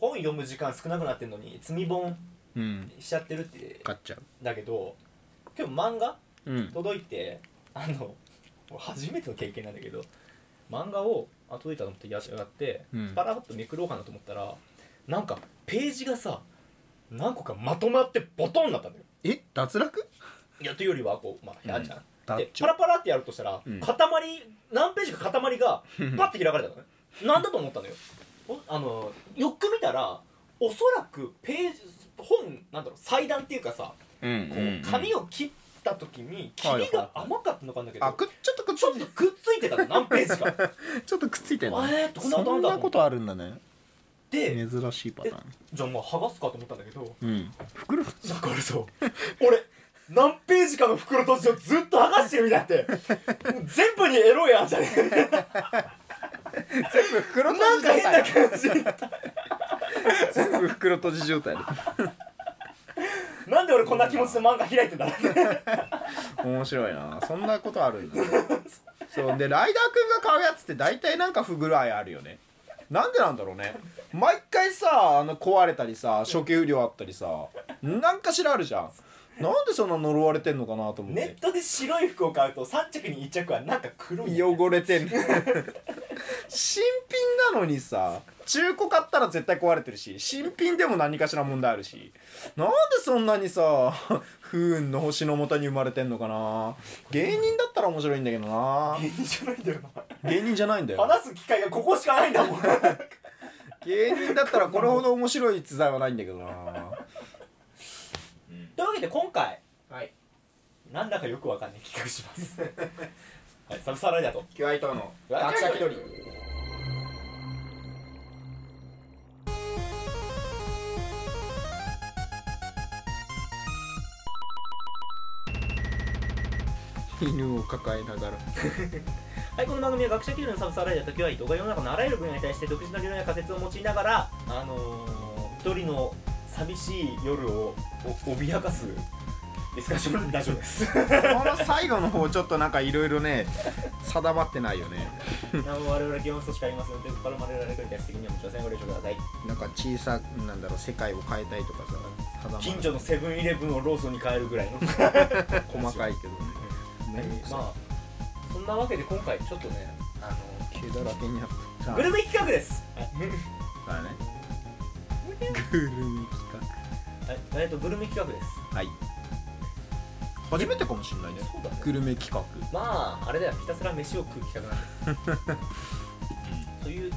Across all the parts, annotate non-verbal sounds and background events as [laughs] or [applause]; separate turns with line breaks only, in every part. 本読む時間少なくなってんのに積み本
うん
しちゃってるって
買っちゃう
だけど今日漫画
うん
届いてあの俺初めての経験なんだけど漫画をあ届いたと思ってややって、
うん
パラッとめくろうかなと思ったらなんかページがさ何個かまとまってボトンになったんだよ。
え脱落
いやというよりはこうまあ部屋じゃん。
だ
でパラパラってやるとしたら、
うん
塊何ページか塊
[laughs]
がバッて開かれたのねなんだと思ったのよおあのよく見たらおそらくページ本なんだろう祭壇っていうかさ
うん
こ
うんう
う
ん
紙を切った時に切
はいはい
りが甘かったのかなんだけど、
あくちょっとくっつ
ちょっとくっついてたの何ページか
ちょっとくっつ [laughs] いてんの
えー、どんなことあん
そん
だ
なことあるんだね
で
珍しいパターン
じゃあまあ剥がすかと思ったんだけど
うん袋
なんか俺さ俺何ページかの袋閉じをずっと剥がしてるみたいになって全部にエロいやんじゃねえ
全部袋
なんか変な感じ
全部袋閉じ状態で
なんで俺こんな気持ちで漫画開いてんだろうね
面白いなそんなことあるんだねそうでライダーくんが買うやつって大体なんか不具合あるよねなんでなんだろうね毎回さあの壊れたりさ初期不良あったりさなんかしらあるじゃんなんでそんな呪われてんのかなと思っ
ネ
て
ットで白い服を買うと3着に1着はなんか黒いね
汚れてんの新品なのにさ中古買ったら絶対壊れてるし新品でも何かしら問題あるしなんでそんなにさ不運の星のもとに生まれてんのかな芸人だったら面白いんだけどな
芸人じゃないんだよ
芸人じゃないんだ
な
よ
話す機会がここしかないんだもん
芸人だったらこれほど面白い逸材はないんだけどな
というわけで今回
はい
なんだかよくわかんない企画し [laughs] ますはいサブサライダーと
キュアイトの
学者気取
り犬を抱えながら
はいこの番組は学者気取りのサブサライダーとキュアイトが世の中のあらゆる分野に対して独自の理論や仮説を用いながらあのー、一人の寂しい夜をお脅かすディスカッションラジオです [laughs]
この最後の方ちょっとなんかいろいろね定まってないよね
なお我々基本素しかありませんので、ここから我々がキャス的にはもちろんご了承ください。
なんか小さなんだろう世界を変えたいとかさ定ま
近所のセブンイレブンをローソンに変えるぐらいの。
細かいけどねね
[laughs] まあ、そんなわけで今回ちょっとね、あ
毛だらけになった
の、グルメ企画です。はい、
だねグルメ企
えっと、グルメ企画です。
画はい初めてかもしんないね
そうだね
グルメ企画
まあ、あれだよ、ひたすら飯を食う企画なんで。という。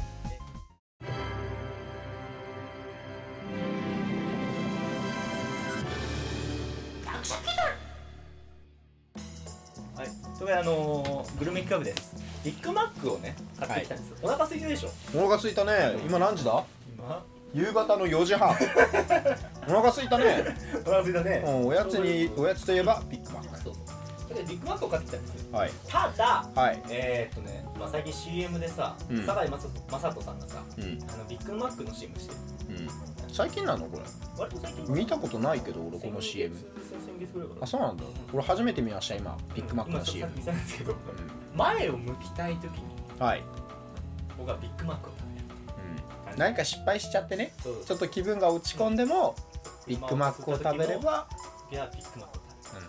はい、というわけであのーグルメ企画ですビッグマックをね買ってきたんですよ、お腹空いてるでしょ
お腹すいたね今何時だ
今
夕方の4時半 [laughs] お腹すいたね、
お腹空いたね
うん、おやつにおやつといえばビッグマッ
そうそうでビッグマックを買ってきたんですよ
クはい
ただ
はい
えー、っとね、まあ、最近 CM でさ
うん
堺、井雅雅人さんがさ
うんうん
あのビッグマックの CM してる
最近なのこ
割と最近
れ見たことないけど俺この CM あそうなんだ俺初めて見ました今ビッグマックの CM
見たんですけど前を向きたい時に
はい、
僕はビッグマックを食べる
うん、何か失敗しちゃってね
そう
ちょっと気分が落ち込んでもビッグマックを食べれば、
いやビッグマックを食べる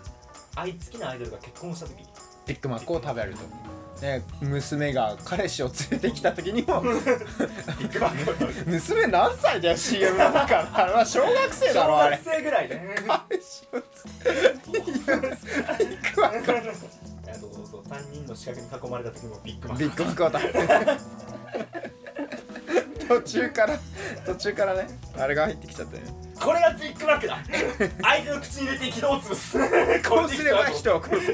あい好きなアイドルが結婚した時に
ビッグマックを食べると、ね、娘が彼氏を連れてきた時にも
ビッグマックを食べる
娘何歳だよ CM なんかあれは小学生だ
小
ろあ
学
れ
生ぐらい
[laughs]
で
彼氏を連れてビッグマック
あのそうそう3人の四角に囲まれた時もビッグマック
ビッグマックを食べる途中から途中からねあれが入ってきちゃって
これがビッグマックだ相手の口に入れて軌道を潰す
こうすれば人を殺す、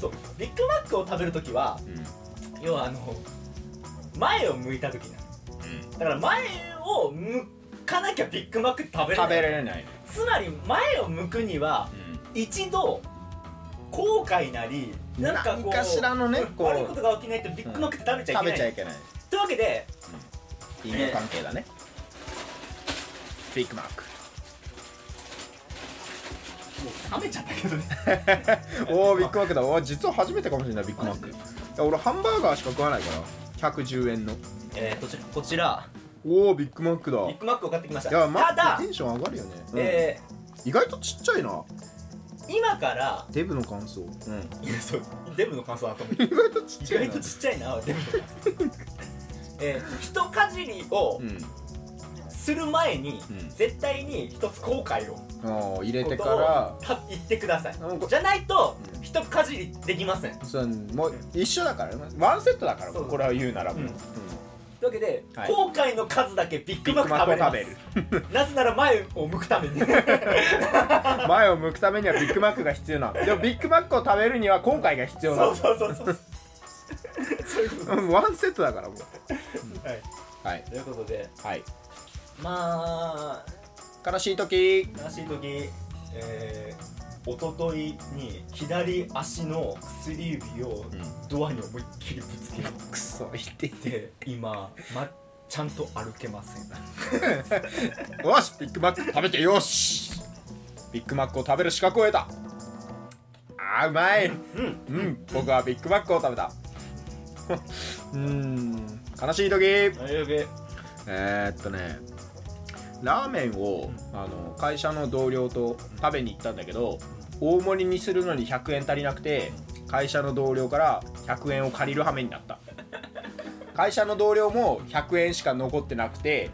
そうビッグマックを食べるときは要はあの前を向いたときなのだから前を向かなきゃビッグマック食べれない
食べられない、
つまり前を向くには一度後悔なりなんかこう
何かしらのね
うん
こう
悪いことが起きないとビッグマックって食べちゃい
食
け
べ
ない、
ちゃいけない
というわけで
因果関係だね、ビッグマック
もう冷めちゃったけど
[laughs]
ね
[laughs] おおビッグマックだおー実は初めてかもしれないビッグマックいや俺ハンバーガーしか食わないから110円の
いえー、とちらこちら
おおビッグマックだ
ビッグマックを買ってきました
いやマ
た
ッ
だ
クテ、ンション上がるよね、うん
え
意外とちっちゃいな
ー、今から
デブの感想うん
いやそうデブの感想だと思う
[laughs] 意外とちっ
意
ちゃい
外
な
とちっちゃいなデブの
[laughs]
感想えー、一かじりを
うん
する前に、
うん
絶対に一つ後悔を
ああ入れてか
ことを
ら
た言ってください
なんか
じゃないと
うん
一かじりできません
そうもう一緒だからねワンセットだから
そう
これは言うならもう、
うん
うん
というわけで、
はい
後悔の数だけビッグ
ビ
マ
ッグマックを
ッ
食
ク
べ
食
る
べますなぜなら前を向くために
前を向くためにはビッグマックが必要なのでもビッグマックを食べるには今回が必要な
そう
の
そうそうそうそういうことで
うんワンセットだからもう
す、はい、
はい
ということで
はい
まあ
悲しい時
悲しい時えー、一昨日に左足の薬指をドアに思いっきりぶつけ
くそいて
て今、ま、ちゃんと歩けません
よしビッグマック食べてよしビッグマックを食べる資格を得たあーうまい
うん
うん僕はビッグマックを食べた [laughs] うーん悲しい時え
あれだけ
ー、っとねラーメンをあの会社の同僚と食べに行ったんだけど大盛りにするのに100円足りなくて会社の同僚から100円を借りる羽目になった会社の同僚も100円しか残ってなくて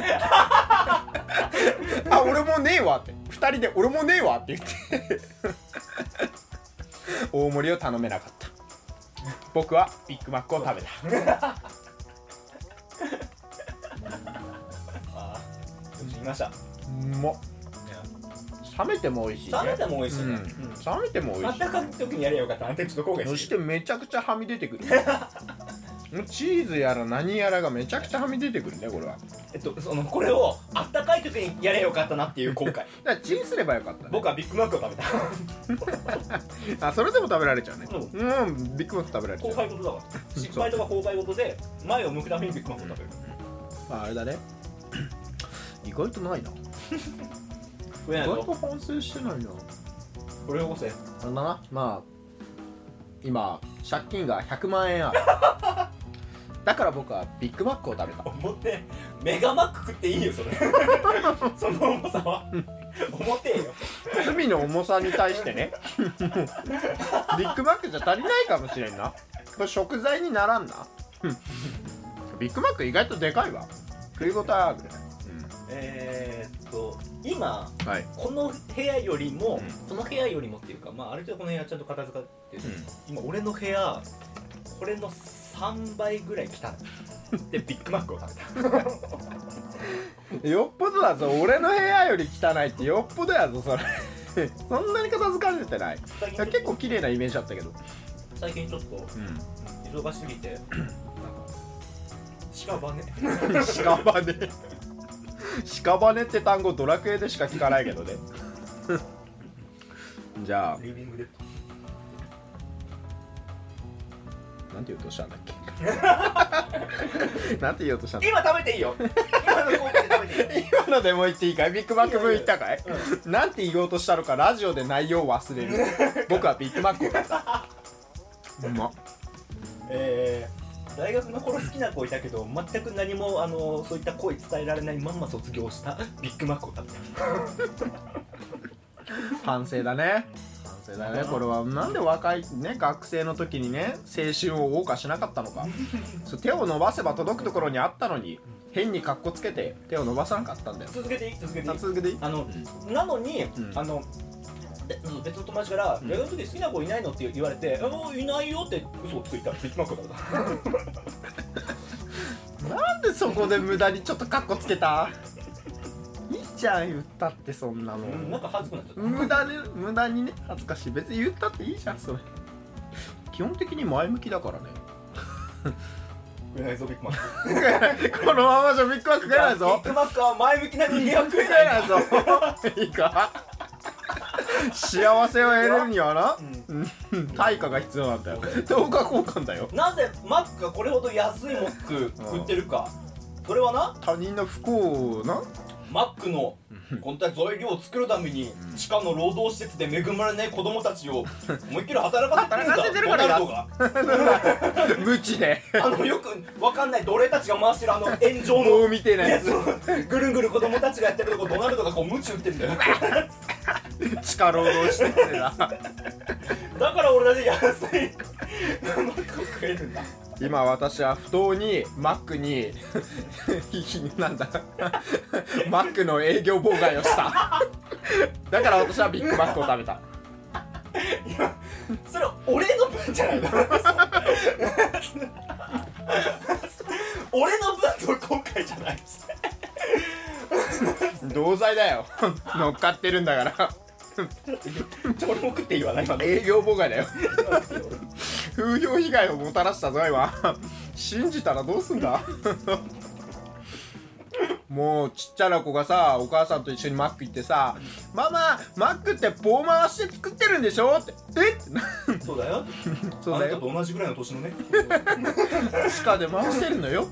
あ俺もねえわって2人で俺もねえわって言って大盛りを頼めなかった僕はビッグマックを食べた
あーよし、行きました
うまっ冷めても美味しい、ね、
冷めても美味しいね、
うん
うん
冷めても美
あ
味
っ
した
かい時にやればよかったあんたちょっと後
いそ
悔
し
して
てめちゃくちゃはみ出てくるもうチーズやら何やらがめちゃくちゃはみ出てくるねこれは
えっとそのこれをあったかい時にやればよかったなっていう後悔
だからチンすればよかった、ね、
僕はビッグマックを食べた
あそれでも食べられちゃうね
う
うん、ビッグマック食べられちゃ
後
う
悔事だから失敗とか後悔事で前を向くためにビッグマックを食べる
まああ
[clears throat]
れだね意外とないな
食え
意
ない
外
と
と反省してないな
これをこせ
あれだなまあ今借金が100万円
[laughs]
あるだから僕はビッグマックを食べた
表メガマック食っていいよそ [laughs] れその重さは表よ
罪の重さに対してねビッグマックじゃ足りないかもしれんなこれ食材にならんなうんビッグマック意外とでかいわ食い応えあるね、
えー、っと今
うん、はい、
この部屋よりも、
うん
この部屋よりもっていうかまあある程度この部屋ちゃんと片付かってる、
う
今俺の部屋これの3倍ぐらい汚いでビッグマックを食べた
ん、 [laughs] よっぽどだぞ俺の部屋より汚いってよっぽどやぞそれそんなに片付かれてないい
最
や
近ちょ
結
っ
構
と
綺麗なイメージだったけど、
最近ちょっと
う
忙しすぎてなんか近場ね
ん、屍屍って単語ドラクエでしか聞かないけどねじゃあ
リビングで
なんて言おうとしたんだっ [laughs] けなんて言おうとしたんだっ
今食べていいよ今の効果で食べていいよ
け今のでも言っていいかいビッグマック分言ったかいなんて言おうとしたのかラジオで内容を忘れる僕はビッグマックを食べたうまっ
えー大学の頃好きな子いたけど全く何もあのそういった声伝えられないまんま卒業したビッグマックを食べた
反省だね反省だねこれはなんで若いね学生の時にね青春を謳歌しなかったのかそう手を伸ばせば届くところにあったのに変にカッコつけて手を伸ばさなかったんだよ
続けていい続けていい
さあ続けていい
あの
うん
なのに、
ん
あので別の友達から「
ん
大学の時好きな子いないの?」って言われて「あもういないよ」って嘘をついたビッグマックを食べた
なんでそこで無駄にちょっとカッコつけたいいじゃん言ったってそんなの
うんなんか恥ずくなっちゃった
無駄で無駄にね恥ずかしい別に言ったっていいじゃんそれ基本的に前向きだからね
食えないぞビッグマック
このままじゃビッグマック食えないぞ
ビッグマックは前向きな人間は食
食
え
え
ない
ないぞいいか幸せを得るにはなうん対価が必要なんだよ等価交換だよ
なぜマックがこれほど安いモック売ってるかそれはな
他人の不幸をな
マックのこ体材料を作るために地下の労働施設で恵まれない子供たち
[laughs]
を思いっきり働かせてるんだ
働かせてる
ド
から
ナ
だ
ルドが
無知で
あのよくわかんない奴隷たちが回して
[laughs]
るあの炎上の
棒みてえなやつ
そうぐるんぐるん子供たちがやってるとこドナルドがこうムチ打って
[laughs]
るんだよ
地下労働しててな
だから俺らで安いマックを食えるんだ
今私は不当にマックに [laughs] なんだマックの営業妨害をしただから私はビッグマックを食べた
それ俺の分じゃないの俺の分と今回じゃない
同罪だよ乗っかってるんだから
ちょ俺も食って言わない今の
営業妨害だよ風評被害をもたらしたぞ今 [laughs] 信じたらどうすんだ [laughs] もうちっちゃな子がさお母さんと一緒にマック行ってさ「マママックって棒回して作ってるんでしょ?」って「えっ?」て
そうだよ
そうだよ
あんたと同じぐらいの年のね
地下で回してる
[laughs]
のよ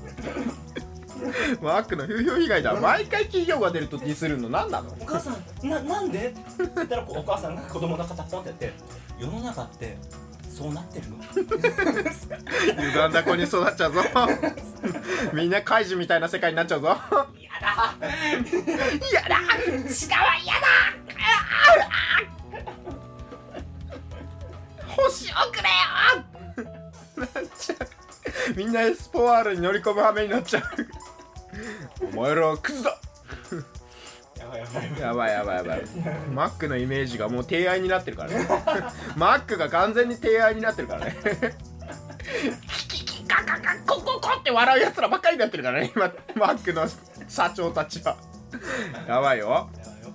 マックの風評被害だ毎回企業が出るとディスるの何なの
お母さんななんでって言ったらこうお母さんが子供の肩ポンってやって世の中ってそうなってるの
歪んだ子に育っちゃ [laughs] うぞみんな怪獣みたいな世界になっちゃうぞ
嫌だ
嫌だ地下は嫌だ星をくれよなっちゃうみんなエスポワールに乗り込む羽目になっちゃうお前らはクズだ
やばいやばい
やばいやばいやばいマックのイメージがもう提案になってるからねマックが完全に提案になってるからねキキキカカカコココって笑うやつらばっかりになってるからね今マックの社長たちはやばいよ
やばいよ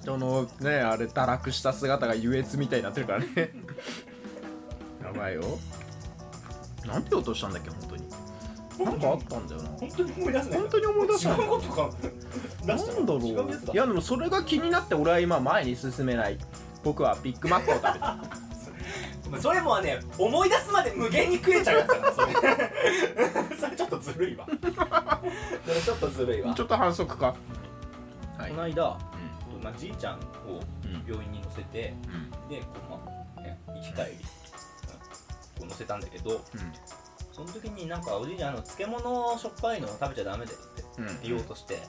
人のねあれ堕落した姿が優越みたいになってるからねやばいよなんて音したんだっけ本当になんかあったんだよな
本当に思い出せない
本当に思い出した
違うことか出
なん
し
だ
た
ろう
違うやつだ
いやでもそれが気になって俺は今前に進めない僕はビッグマックを食べた
それもはね思い出すまで無限に食えちゃうやつだなそ
[laughs]
れそれちょっとずるいわそれちょっとずるいわ
[laughs] ちょっと反則かはい
この間、まあ、じいちゃんを
うん
病院に乗せて、でこう、まあね、行き帰り、うんこう乗せたんだけどその時になんかおじいちゃんあの漬物しょっぱいの食べちゃダメだよって
うん
言おうとして、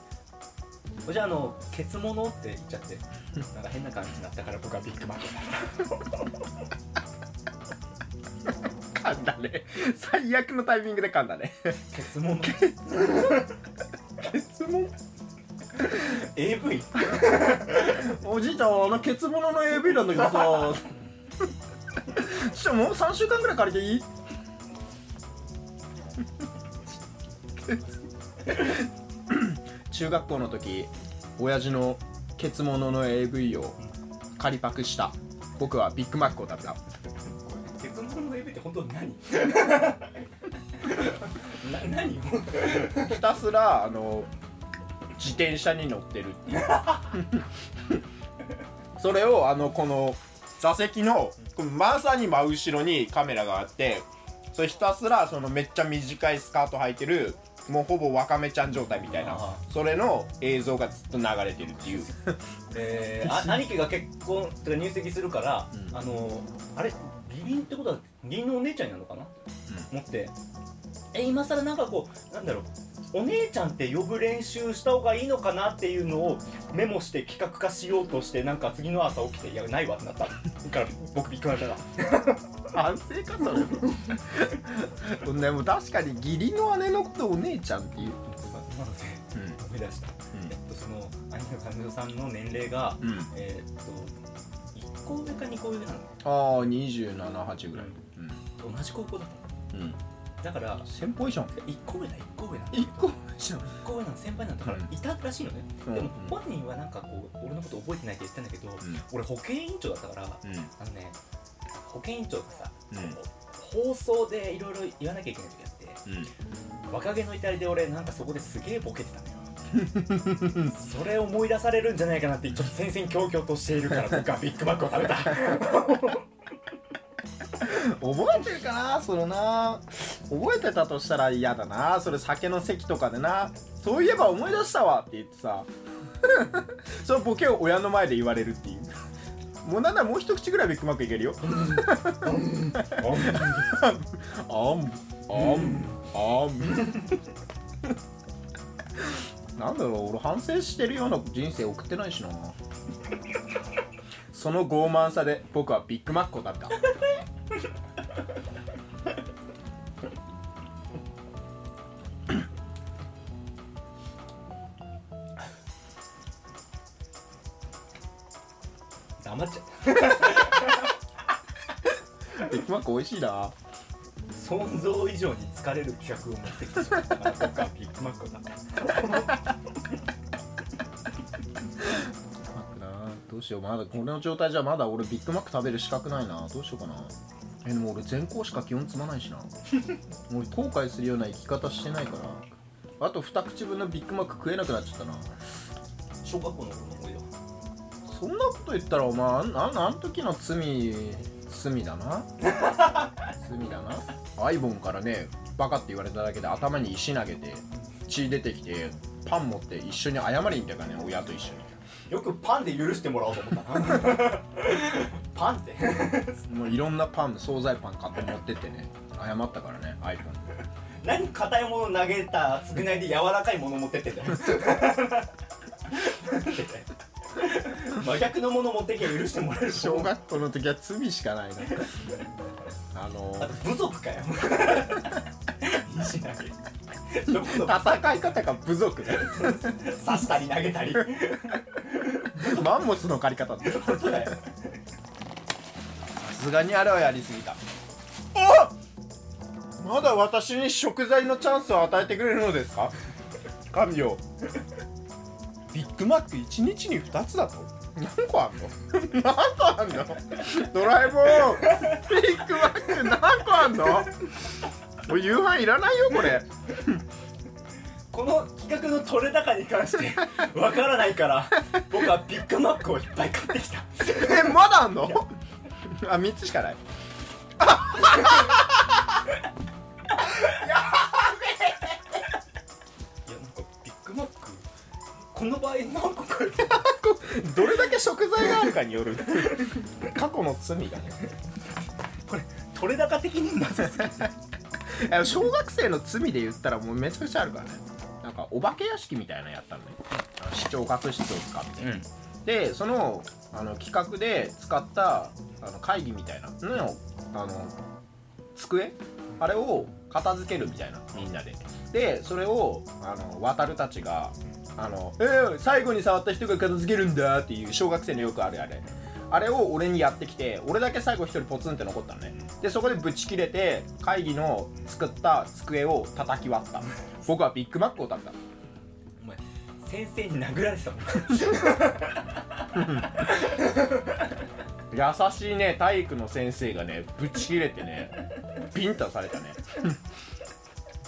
じゃああの「ケツモノ」って言っちゃってなんか変な感じになったから僕はビッグマックだ
噛んだね最悪のタイミングで噛んだね
ケツモノ
ケツモ
AV
おじいちゃんあのケツモノの AV なんだけどさ [laughs] しかももう3週間ぐらい借りていいケツ中学校の時親父のケツモノの AV を借りパクした僕はビッグマックを食べた
ケツモノの AV って本当に何な何
ひたすらあの自転車に乗ってるっていう [laughs] それをあのこの座席のこのまさに真後ろにカメラがあってそれひたすらそのめっちゃ短いスカート履いてるもうほぼわかめちゃん状態みたいな
あ
それの映像がずっと流れてるっていう
え [laughs] ー、あ兄貴が結婚とか入籍するから、
うん
あのあれ義理ってことは義理のお姉ちゃんになるのかな、
う
持ってえ今更なんかこうなんだろうお姉ちゃんって呼ぶ練習した方がいいのかなっていうのをメモして企画化しようとしてなんか次の朝起きていやないわってなっただから僕びっくりした
反省かそれもでも確かに義理の姉のことお姉ちゃんっていう、
なので思い出した、えっとその兄の彼女さんの年齢が
うんうん、
えーっと1個上か2個上なの
ああ278ぐらい、
同じ高校だった
うんうん、
だから
先輩じゃん
1個上だ1個上なんだ
一個じゃん
1個上なの先輩なんだから
うん
いたらしいのね、
うん
でも本人はなんかこう俺のこと覚えてないって言ってたんだけど、俺保健委員長だったから
うんうん
あのね保健委員長がさ、
うん
こう放送でいろいろ言わなきゃいけない時あって若気の至りで俺なんかそこですげえボケてたのよそれ思い出されるんじゃないかなってちょっと戦々恐々としているから僕はビッグマックを食べた
覚えてるかなそれな覚えてたとしたら嫌だなそれ酒の席とかでなそういえば思い出したわって言ってさ [laughs] そのボケを親の前で言われるっていうもうなんならもう一口ぐらいビッグマックいけるよあんあんあん [laughs] なんだろう俺反省してるような人生送ってない [laughs] しなその傲慢さで僕はビッグマックを食べた
黙っちゃった
ビッグマック美味しいな
想像以上に疲れる企画を持ってきてしまったから僕はビッグマックだ
ビッグマックなどうしようまだこれの状態じゃまだ俺ビッグマック食べる資格ないなどうしようかなえでも俺全校しか基本つま [laughs] ないしな俺後悔するような生き方してないからあと二口分のビッグマック食えなくなっちゃったな
小学校の頃の思い出は
そんなこと言ったらお前あんあんあん時の罪罪だな [laughs] 罪だなアイボンからねバカって言われただけで頭に石投げて血出てきてパン持って一緒に謝りに行ったからね親と一緒に
よくパンで許してもらおうと思ったな
[laughs]
パンって
もういろんなパン惣菜パン買って持ってってね謝ったからね iPhone
何硬いもの投げた償いで柔らかいもの持ってってんだよ真逆のもの持ってきゃ許してもらえる
小学校の時は罪しか [laughs] ないなあの
あと部族かよ石投げどこの
戦い方が部族 [laughs] だよ
刺したり投げたり
マンモスの借り方だよ
そうだよ
さすがにあれはやりすぎたおまだ私に食材のチャンスを与えてくれるのです [laughs] か神よビッグマック1日に2つだと何個あんの [laughs] 何個あんのドラえもんビッグマック何個あんのお夕飯いらないよこ [laughs] れ
この企画の取れ高に関してわからないから僕はビッグマックをいっぱい買ってきた
えまだあんのあ3つしかない
いやなんかビッグマックこの場合何個買う
どれだけ食材があるかによ [laughs] る過去の罪だね
これ取れ高的になさすぎる
あの小学生の罪で言ったらもうめちゃくちゃあるからねなんかお化け屋敷みたいなのやったのねあの視聴覚室を使って、でそのあの企画で使ったあの会議みたいなのをあの机あれを片付けるみたいなみんなででそれをあの渡るたちが「あのえー最後に触った人が片付けるんだ」っていう小学生のよくあるあれあれを俺にやってきて俺だけ最後一人ポツンって残ったのねでそこでブチ切れて会議の作った机を叩き割った僕はビッグマックを食べた
お前先生に殴られてたもん
優しいね体育の先生がねぶち切れてねビンタされたね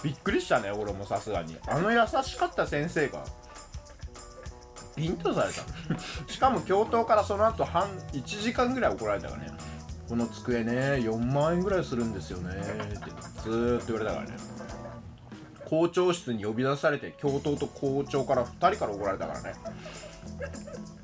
びっくりしたね俺もさすがにあの優しかった先生がビンタされたしかも教頭からその後半1時間ぐらい怒られたからねこの机ね4万円ぐらいするんですよねってずーっと言われたからね校長室に呼び出されて教頭と校長から2人から怒られたからねね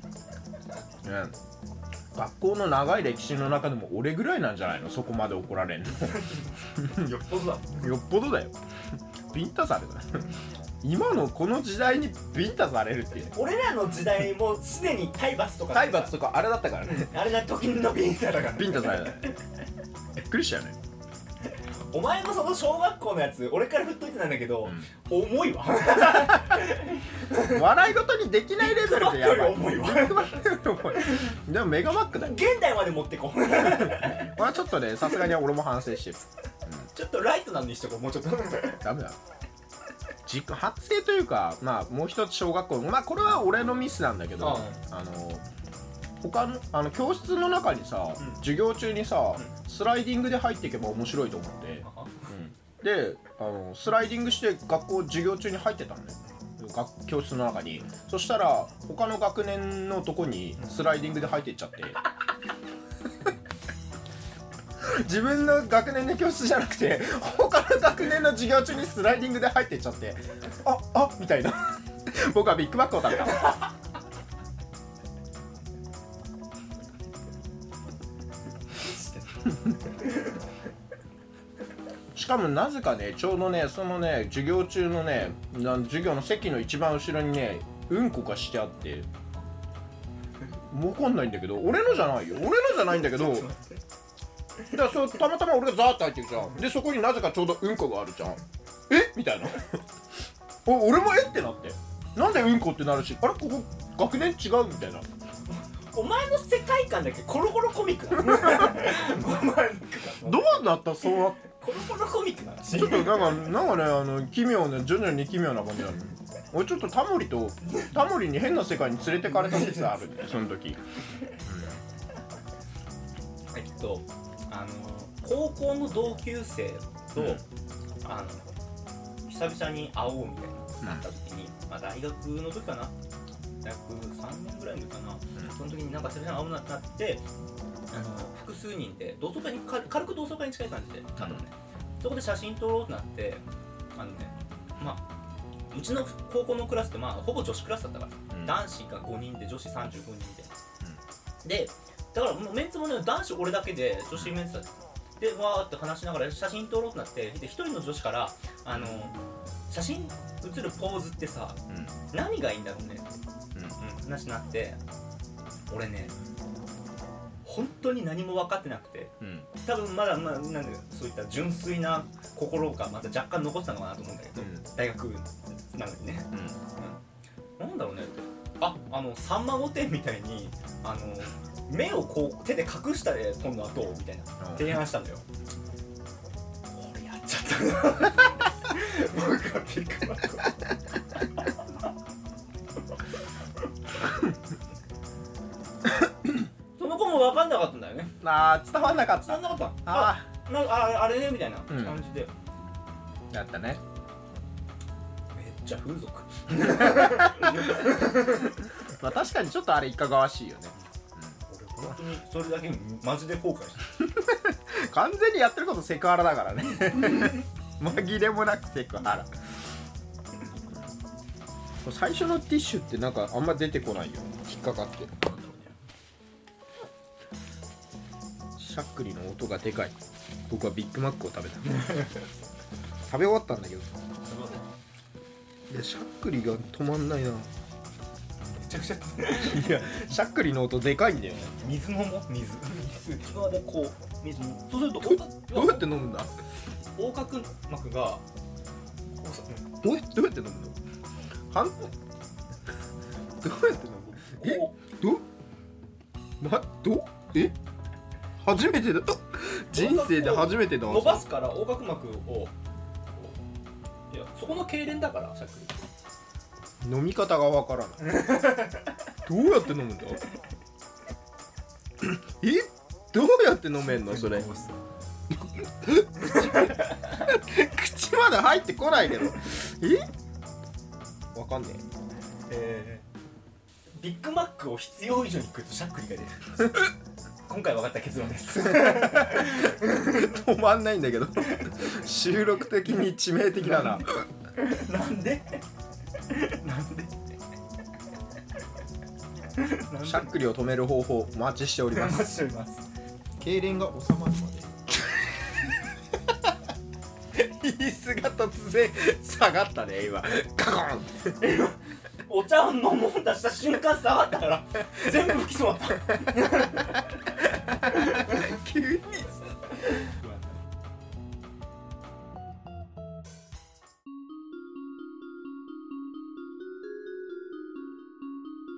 学校の長い歴史の中でも俺ぐらいなんじゃないのそこまで怒られんの [laughs]
よっぽどだ
よっぽどだよ [laughs] ビンタされた [laughs] 今のこの時代にビンタされるっていうね
俺らの時代もうすでに体罰とか
体罰とかあれだったからね [laughs]
あれな時のビンタだから
ビンタされたねびっくりしたよね
お前のその小学校のやつ俺から振っといてなんだけど、重いわ
笑い事にできないレベルでやばい
ビッグ
[laughs]
マ
ビッグマックより重いでもメガマック [laughs] だよ
現代まで持ってこう
これはちょっとねさすがに俺も反省してる
ちょっとライトなのにしとこうもうちょっと
[laughs] ダメだ実家発生というかまあもう一つ小学校まあこれは俺のミスなんだけど、あの他のあの教室の中にさ、
うん
授業中にさ、
う
スライディングで入っていけば面白いと思って、であのスライディングして学校授業中に入ってたのね学教室の中にそしたら他の学年のとこにスライディングで入っていっちゃって [laughs] 自分の学年の教室じゃなくて他の学年の授業中にスライディングで入っていっちゃってああみたいな僕はビッグマックを食べたしかもなぜかねちょうどねそのね授業中のねなん授業の席の一番後ろにねうんこがしてあってわかんないんだけど俺のじゃないよ俺のじゃないんだけどだからそうたまたま俺がザーって入ってるじゃんでそこになぜかちょうどうんこがあるじゃんえみたいなお俺もえってなってなんでうんこってなるしあれここ学年違うみたいな
お前の世界観だけコロコロコミックな
[laughs]
のお前なんか
どうなったそうなっ
コロコロコミックなの
ちょっとなんかなんかねあの奇妙な徐々に奇妙な感じなの俺ちょっとタモリとタモリに変な世界に連れてかれた説あるんだよその時
えっとあの高校の同級生と、
うん
あの久々に会おうみたいになった時に、まあ、大学の時かな大学3年ぐらいの時かな、その時になんか久々に会おうなってなってあの複数人で同窓会にか軽く同窓会に近い感じであのね、そこで写真撮ろうってなってあのねまあうちの高校のクラスってまあほぼ女子クラスだったから男子が5人で女子35人で、でだからもうメンツもね男子俺だけで女子メンツだったでわーって話しながら写真撮ろうってなってで一人の女子からあの写真写るポーズってさ何がいいんだろうねって、
うん
話になって俺ね本当に何も分かってなくて
うんうん
多分まだ、まあ、なんだろうそういった純粋な心がまた若干残ってたのかなと思うんだけど、
うん
大学なのにねなんだろうねああのさんま御殿みたいにあの目をこう手で隠したで今度はどうみたいな提案したんだよ俺やっちゃったな僕はピクマコその子も分かんなかったんだよね
あー伝わんなかっ
そ
た
んなことはあ
あ
なんかああれねみたいな感じで、
ーだったね
めっちゃ風俗
まあ確かにちょっとあれいかがわしいよね
俺本当にそれだけマジで後悔した
完全にやってることセクハラだからね紛れもなくセクハラ最初のティッシュってなんかあんま出てこないよ引っかかってしゃっくりの音がでかい僕はビッグマックを食べた [laughs] 食べ終わったんだけどいやしゃっくりが止まんないない
めちゃくちゃ
やしゃっくりの音でかいんだよね
水飲もう水水側でこう水飲むそうすると
どどうやってて飲むんだ
横隔膜がこうさうん
どうやどうやって飲むの半どうやって飲むえ
こ
どなどえ初めてだあ人生で初めてだ
う伸ばすから横隔膜をこういやそこの痙攣だからさっき
飲み方がわからないどうやって飲むんだえどうやって飲めんのそれ口まで入ってこないけどえわかんね
えービッグマックを必要以上に食うとしゃっくり
[laughs]
が出る今回分かった結論です
え止まんないんだけど収録的に致命的だな
なんでなんでなん
しゃっくりを止める方法お待ちしており
で
ます
待ちしております
痙攣が収まるまで [laughs] 椅子が突然下がったね今カコン
お茶を飲もうとした瞬間下がった [laughs] から全部吹きそうだった
急に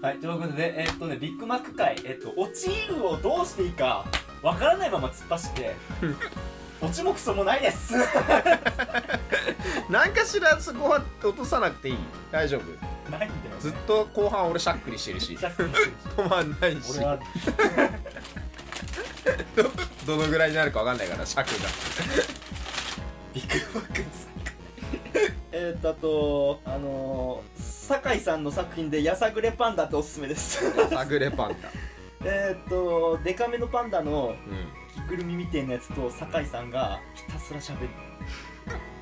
はいということでえっとねビッグマック界えっと落ちるをどうしていいかわからないまま突っ走って落ちもクソもないです [laughs]
何かしらそこは落とさなくていい大丈夫
ないんだよ
ずっと後半俺しゃっくりしてるし
しゃっくりしてる
止まんないし
[laughs] 俺は
どのぐらいになるかわかんないからしゃくが
ビッグマックの作品えーっとあとあのー、酒井さんの作品でやさぐれパンダっておすすめです [laughs]
さぐれパンダ
えーっとデカめのパンダの
う
着ぐるみみたいなやつと酒井さんがひたすら喋る
ん、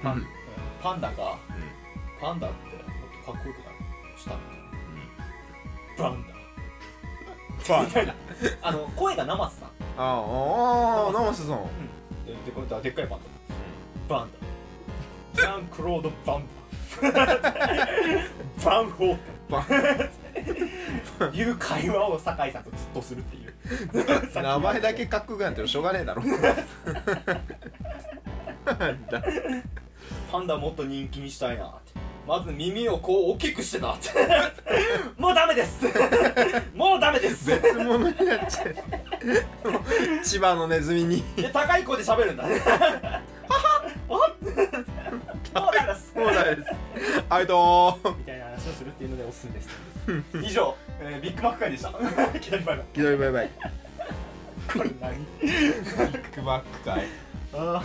うん
パンダが、パンダってもっとかっこよくなるしたみたいなパン
パン
あの声が生瀬さん
ああ生瀬さん
ででこれだでっかいバンドバンドジャンクロード・バン
[laughs]
ダバンホー
バン
テンいう会話を酒井さんとずっとするっていう
名前だけかっこよくなってるしょうがねえだろだ
パンダもっと人気にしたいなってまず耳をこう大きくしてなってもうダメですもうダメです
別物になっちゃうもう千葉のネズミに
で高い声で喋るん
[laughs]
だねはははもうダメです
そうだですはいどうも
みたいな話をするっていうのでおすすめです以上、えービッグマック会で [laughs] した左バイバイ
ひどいバイバイ
これ何
ビッグマックかい
あー